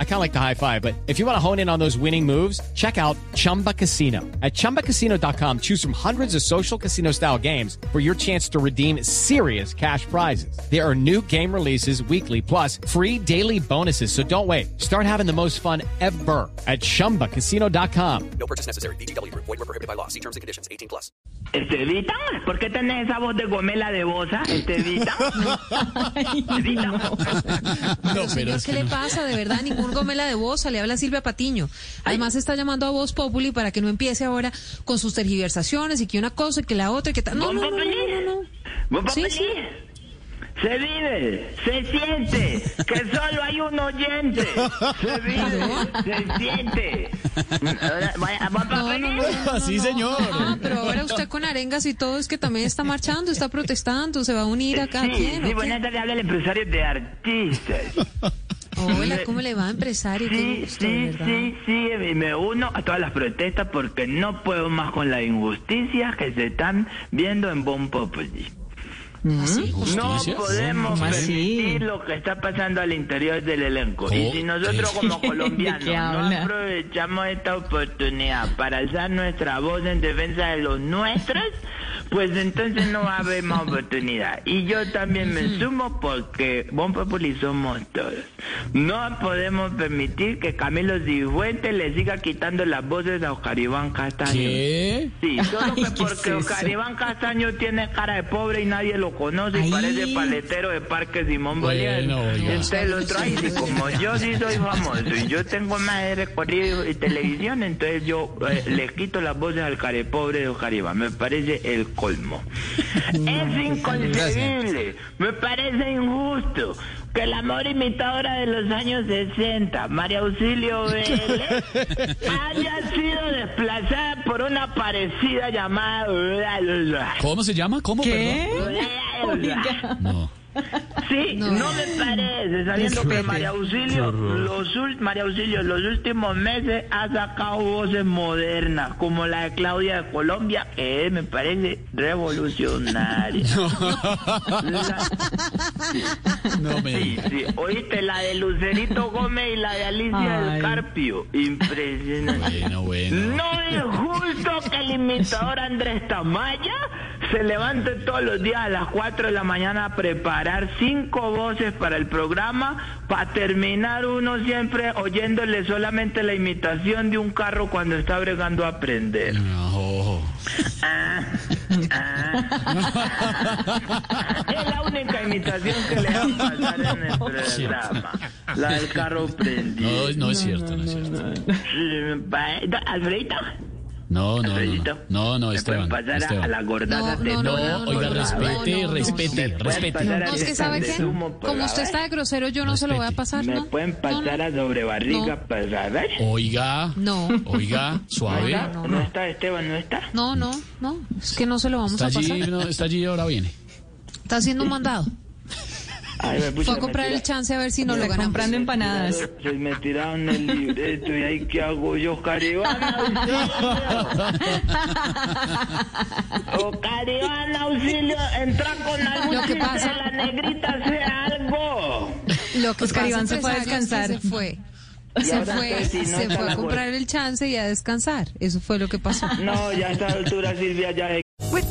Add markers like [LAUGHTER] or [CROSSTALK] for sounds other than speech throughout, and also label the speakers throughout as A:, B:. A: I kind of like the high five, but if you want to hone in on those winning moves, check out Chumba Casino. At chumbacasino.com, choose from hundreds of social casino style games for your chance to redeem serious cash prizes. There are new game releases weekly, plus free daily bonuses. So don't wait. Start having the most fun ever at chumbacasino.com.
B: No purchase necessary. BGW. Void were prohibited by law. See terms and conditions. 18 plus.
C: Estevita, ¿por qué tenés esa voz de gomela de bosa,
D: [LAUGHS]
C: Estevita? Estevita.
D: No, pero ¿Qué le pasa? De verdad, ningún gomela de voz. Le habla Silvia Patiño. Además, está llamando a Voz Populi para que no empiece ahora con sus tergiversaciones y que una cosa y que la otra y que tal. No,
C: ¿Vos
D: no, no, no,
C: Populi?
D: no, no.
C: ¿Vos
D: Sí,
C: Populi?
D: sí.
C: Se vive, se siente, que solo hay un oyente.
D: [LAUGHS]
C: Se vive, se siente. Ahora, vaya, ¿Vos
D: No, no,
C: Populi?
D: no, no, no,
E: Sí,
D: no.
E: señor.
D: Ah, pero ahora usted con arengas y todo es que también está marchando, está protestando, se va a unir acá. ¿A
C: Sí,
D: quién?
C: sí,
D: ¿A quién?
C: buenas tardes, habla el empresario de artistas.
D: Hola, ¿cómo le va, empresario? Qué
C: Sí,
D: gusto, de
C: sí,
D: verdad.
C: sí, sí, y me uno a todas las protestas porque no puedo más con las injusticias que se están viendo en Bon Populi. ¿Mm?
D: Así,
C: No
E: ¿Justicias?
C: podemos
F: ¿Ah, ¿Cómo así?
C: permitir lo que está pasando al interior del elenco. Y
E: ¿Cómo?
C: si nosotros
F: [LAUGHS]
C: como colombianos
F: ¿De qué
C: no
F: habla?
C: aprovechamos esta oportunidad para alzar nuestra voz en defensa de los nuestros, pues entonces no va a haber más oportunidad. Y yo también me sumo porque Bon Populi somos todos. No podemos permitir que Camilo Cifuentes le siga quitando las voces a Oscar Iván Castaño.
E: ¿Qué?
F: [LAUGHS]
C: Sí, solo
F: Ay,
C: que
F: ¿qué es
C: porque
F: eso?
C: Oscar Iván Castaño tiene cara de pobre y nadie lo conoce y
F: Ay.
C: parece paletero de Parque Simón Bolívar.
E: Bueno, oiga.
C: Entonces el otro, ay, sí, como yo sí soy famoso y yo tengo más de recorrido en televisión, entonces yo eh, le quito las voces al care pobre de Oscar Iván. Me parece el
F: [LAUGHS]
C: colmo. es
F: pues,
C: inconcebible, me parece injusto que la amor imitadora de los años 60, María
F: [LAUGHS]
C: Auxilio Vélez, haya sido desplazada por una parecida llamada...
E: ¿Cómo se llama? ¿Cómo?
F: ¿Qué? [LAUGHS]
E: perdón? No.
C: Sí, no,
D: No.
C: me parece, sabiendo que
F: Respete.
C: María Auxilio, los, ul- María Auxilio los últimos meses ha sacado voces modernas, como la de Claudia de Colombia, que es, me parece revolucionaria. La-
E: No
C: sí,
E: me.
C: sí, oíste, la de Lucerito Gómez y la de Alicia del
F: Ay.
C: Carpio, impresionante.
E: Bueno, bueno.
C: No es justo que el imitador Andrés Tamaya se levante todos los días a las 4 de la mañana a preparar cinco voces para el programa, para terminar uno siempre oyéndole solamente la imitación de un carro cuando está bregando a aprender.
E: Ah,
C: Ah,
E: No.
C: Es la única imitación que le van a pasar en el programa. La del carro prendido.
E: No, no es cierto, no es cierto.
C: Alfredito.
E: No, no, no.
C: Alfredito.
E: No, no, no
C: Me
E: Esteban.
C: pueden pasar a- a
E: Esteban.
C: la gordada
D: No,
C: de
D: no, no,
C: Dona
E: No, oiga,
D: No, no,
C: Colorado.
D: no,
E: respete,
D: no, no.
E: respete,
C: Me pueden
E: respete.
C: pasar a
D: No, es que sabe qué,
C: Humo por
D: como
C: la
D: usted está de grosero, yo no se lo voy a
E: Respete.
D: pasar,
C: Me
D: ¿no?
C: pueden pasar
D: no,
C: a sobrebarriga pasada.
E: Oiga.
D: No.
E: Oiga, suave.
D: Oiga, no.
C: No está Esteban, no está.
D: no, no, no, es que no se lo vamos
E: Está
D: a pasar.
E: allí, no, está allí, ahora viene.
D: Está haciendo un mandado.
C: Ay, me puse
D: Fue a comprar el chance a ver si nos lo
F: Está
D: ganamos.
F: comprando empanadas.
C: Se me tiraron el libreto y ahí qué hago yo,
D: [LAUGHS]
C: Caribana. O Caribana, Oh, auxilio, entra con algún
D: Lo que
C: chiste,
D: pasa-
C: la negrita sea algo.
D: Lo que
F: Oscar
D: pasa,
F: Iván se fue a
D: empresario, es que
F: descansar.
D: Se fue.
C: Y
D: Se
C: ahora,
D: fue,
C: pues, si no
D: se
C: está
D: fue
C: la
D: a comprar el chance y a descansar. Eso fue lo que pasó.
C: No, ya a esta altura Silvia ya es
G: With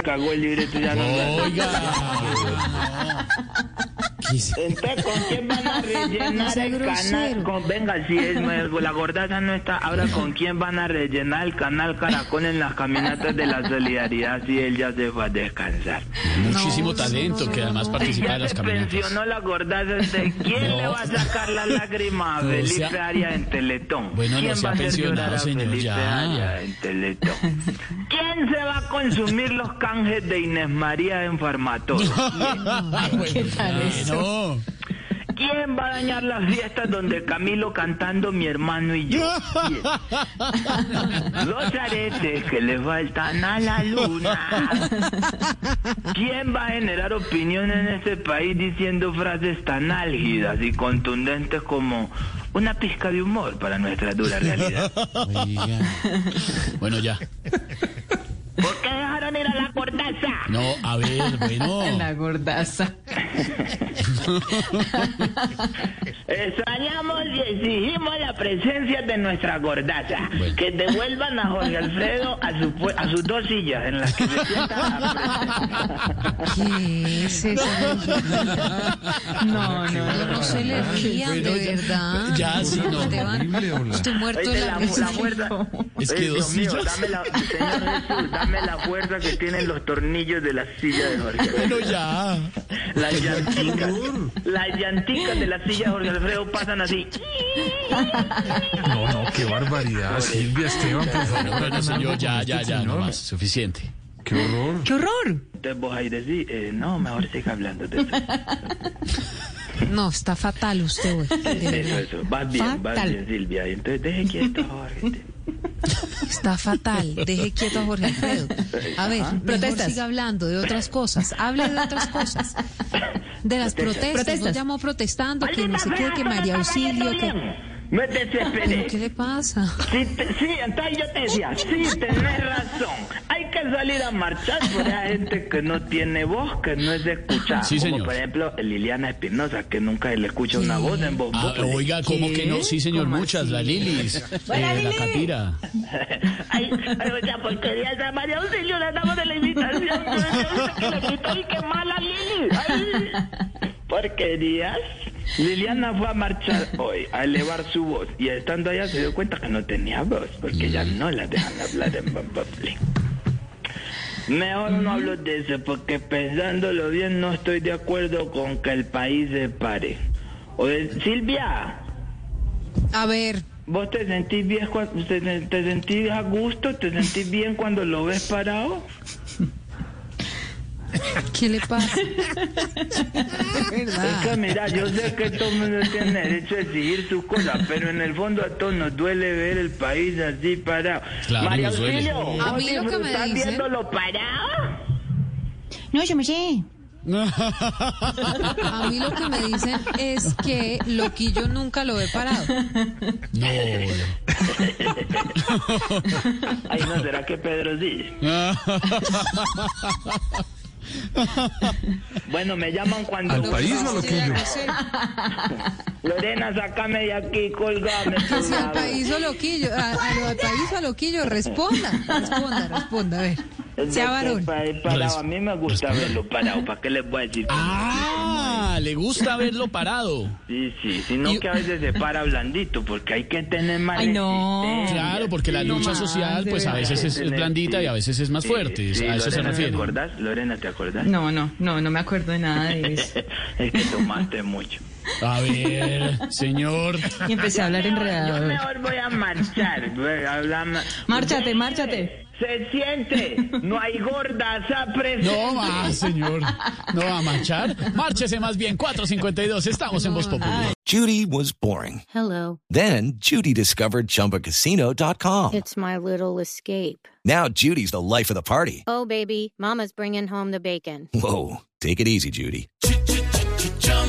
C: cagó el libreto, ya no.
E: Oiga. quise.
C: [LAUGHS] Entonces, ¿con qué van a
D: No
C: rellenar
D: sea
C: el
D: grosero.
C: canal? Con, venga, si es nuevo, la gordaza no está. Ahora, ¿con quién van a rellenar el canal Caracol en las caminatas de la solidaridad si él ya se fue a descansar?
E: Muchísimo
D: no,
E: talento
D: no, no,
E: que
D: no,
E: además
D: no.
E: participa
C: Ya
E: de
C: se
E: las caminatas.
C: pensionó la gordaza. ¿De quién
E: No.
C: le va a sacar la lágrima a
E: No
C: Felipe
E: sea-
C: Arias en Teletón?
E: Bueno, no
C: ¿Quién
E: se
C: va
E: ha
C: a hacer
E: pensionado,
C: llorar a
E: señor,
C: Felipe
E: ya.
C: Arias en Teletón? ¿Quién se va a consumir los canjes de Inés María en Farmatodo?
E: ¿Qué tal eso?
C: ¿Quién va a dañar las fiestas donde Camilo cantando mi hermano y yo? ¿Quién? Los aretes que le faltan a la luna. ¿Quién va a generar opinión en este país diciendo frases tan álgidas y contundentes como una pizca de humor para nuestra dura realidad?
E: Bueno, ya.
C: ¿Por qué dejaron ir a la cordaza?
E: No, a ver, bueno.
F: La gordaza.
C: Extrañamos y exigimos la presencia de nuestra gordaza.
E: Bueno.
C: Que devuelvan a Jorge Alfredo a, su pue- a sus dos sillas en las que se sienta.
D: ¿Qué es eso?
F: No, no.
D: Pero no se le rían,
E: Bueno,
D: de
E: ya-
D: verdad.
E: ya, sí, no.
D: Esteban, usted muerto
C: Oíste,
D: de la
C: la,
E: [LAUGHS]
C: la fuerza.
E: Es que
C: Oye,
E: dos
C: Dios mío,
E: sillas.
C: dame la, señor Jesús, dame la fuerza que tienen los tornillos de la silla de Jorge Alfredo.
E: Bueno, ya.
C: Las llanticas, las llanticas de la silla de Jorge Alfredo pasan así.
H: No, no, qué barbaridad. Silvia Esteban, por favor.
E: Bueno,
H: hagan algo
E: señor,
H: con
E: ya,
H: este
E: ya, ya,
H: señor.
E: no más. Suficiente.
H: Qué horror.
F: ¡Qué horror!
C: Entonces vos ahí decís, eh, no, mejor siga hablando de eso.
D: No, está fatal usted,
C: [LAUGHS]
D: güey. De
C: Eso,
D: verdad.
C: eso. Vas bien, vas
F: Fatal.
C: bien, Silvia. Entonces deje quieto, Jorge.
D: Está fatal. Deje quieto a Jorge Alfredo. A ver, mejor
F: Protestas.
D: siga hablando de otras cosas. Hable de otras cosas. De las protestas.
F: Protestas.
D: Nos llamó protestando que no sé qué, que María Auxilio, que...
C: Me
D: ¿Pero
C: desesperé.
D: qué le pasa?
C: Sí, te- sí, entonces yo te decía, sí, tenés razón. Hay que salir a marchar por hay gente que no tiene voz, que no es escuchada.
E: Sí,
C: Como
E: señor.
C: por ejemplo Liliana Espinosa, que nunca le escucha una voz en voz.
E: Ah,
C: Populi.
E: oiga, ¿cómo
F: ¿Qué?
E: que no? Sí, señor,
F: ¿Cómo
E: muchas.
F: así?
E: La Lilis.
F: Hola,
E: eh, la
F: Lili.
E: Catira.
C: Ay, ay, o sea, porquería esa María Auxilio, la damos de la invitación. pero yo sé que la invitó y qué mala Lili. Ay, porquerías. Liliana fue a marchar hoy, a elevar su voz. Y estando allá se dio cuenta que no tenía voz, porque ya no la dejan hablar en Voz Populi. Mejor no hablo de eso, porque pensándolo bien no estoy de acuerdo con que el país se pare. Oye, Silvia,
D: A ver,
C: ¿Vos te sentís, bien, cua- te, te sentís a gusto? ¿Te sentís bien cuando lo ves parado?
D: ¿qué le pasa? Ah.
C: Es que mira, yo sé que todo el mundo tiene derecho a exigir sus cosas, pero en el fondo a todos nos duele ver el país así parado.
E: Claro,
C: María
E: nos duele.
C: Auxilio,
D: A mí lo que me
C: ¿estás
D: dicen-
C: viéndolo parado?
F: No, yo me sé.
D: A mí lo que me dicen es que Loquillo nunca lo he parado.
E: No.
C: Ay, no, ¿será que Pedro
E: [LAUGHS]
C: sí? bueno, me llaman cuando...
H: Al país, Maloquillo.
C: Lorena, sácame de aquí, colgame.
D: Si al país o Loquillo, a, a lo- al país o a Loquillo, responda, responda, responda, a ver. Sea varón.
C: Para, parado. A mí me gusta
E: Responde.
C: verlo parado. ¿Para qué les voy a decir? que no?
E: Ah, le gusta verlo parado.
C: Sí, sí, sino
E: Y-
C: que a veces se para blandito porque hay que tener más.
F: Ay, no.
C: resistencia.
E: Claro, porque la
C: Sí,
E: lucha
F: más,
E: social,
F: de
E: pues a
F: verdad.
E: veces es, es
C: tener-
E: blandita
C: sí,
E: y a veces es más
C: sí,
E: fuerte.
C: sí,
E: a eso se
C: Lorena,
E: refiere.
C: ¿Te acordás? Lorena, ¿te acordás?
F: No, no, no, no me acuerdo de nada de eso.
C: [LAUGHS] es que tomaste mucho.
E: A ver, señor.
F: Y empecé a hablar
C: Yo
F: enredado.
C: mejor voy a marchar. voy a hablar más.
F: Márchate, márchate.
C: Se siente, no hay gordaza
E: No
C: presente.
E: más, señor. No va a marchar. Márchese más bien. 452. Estamos en Voz Populi.
I: Judy was boring.
J: Hello,
I: Then Judy discovered ChumbaCasino.com.
J: it's my little escape.
I: Now Judy's the life of the party.
J: Oh, baby, Mama's bringing home the bacon.
I: Whoa, take it easy, Judy.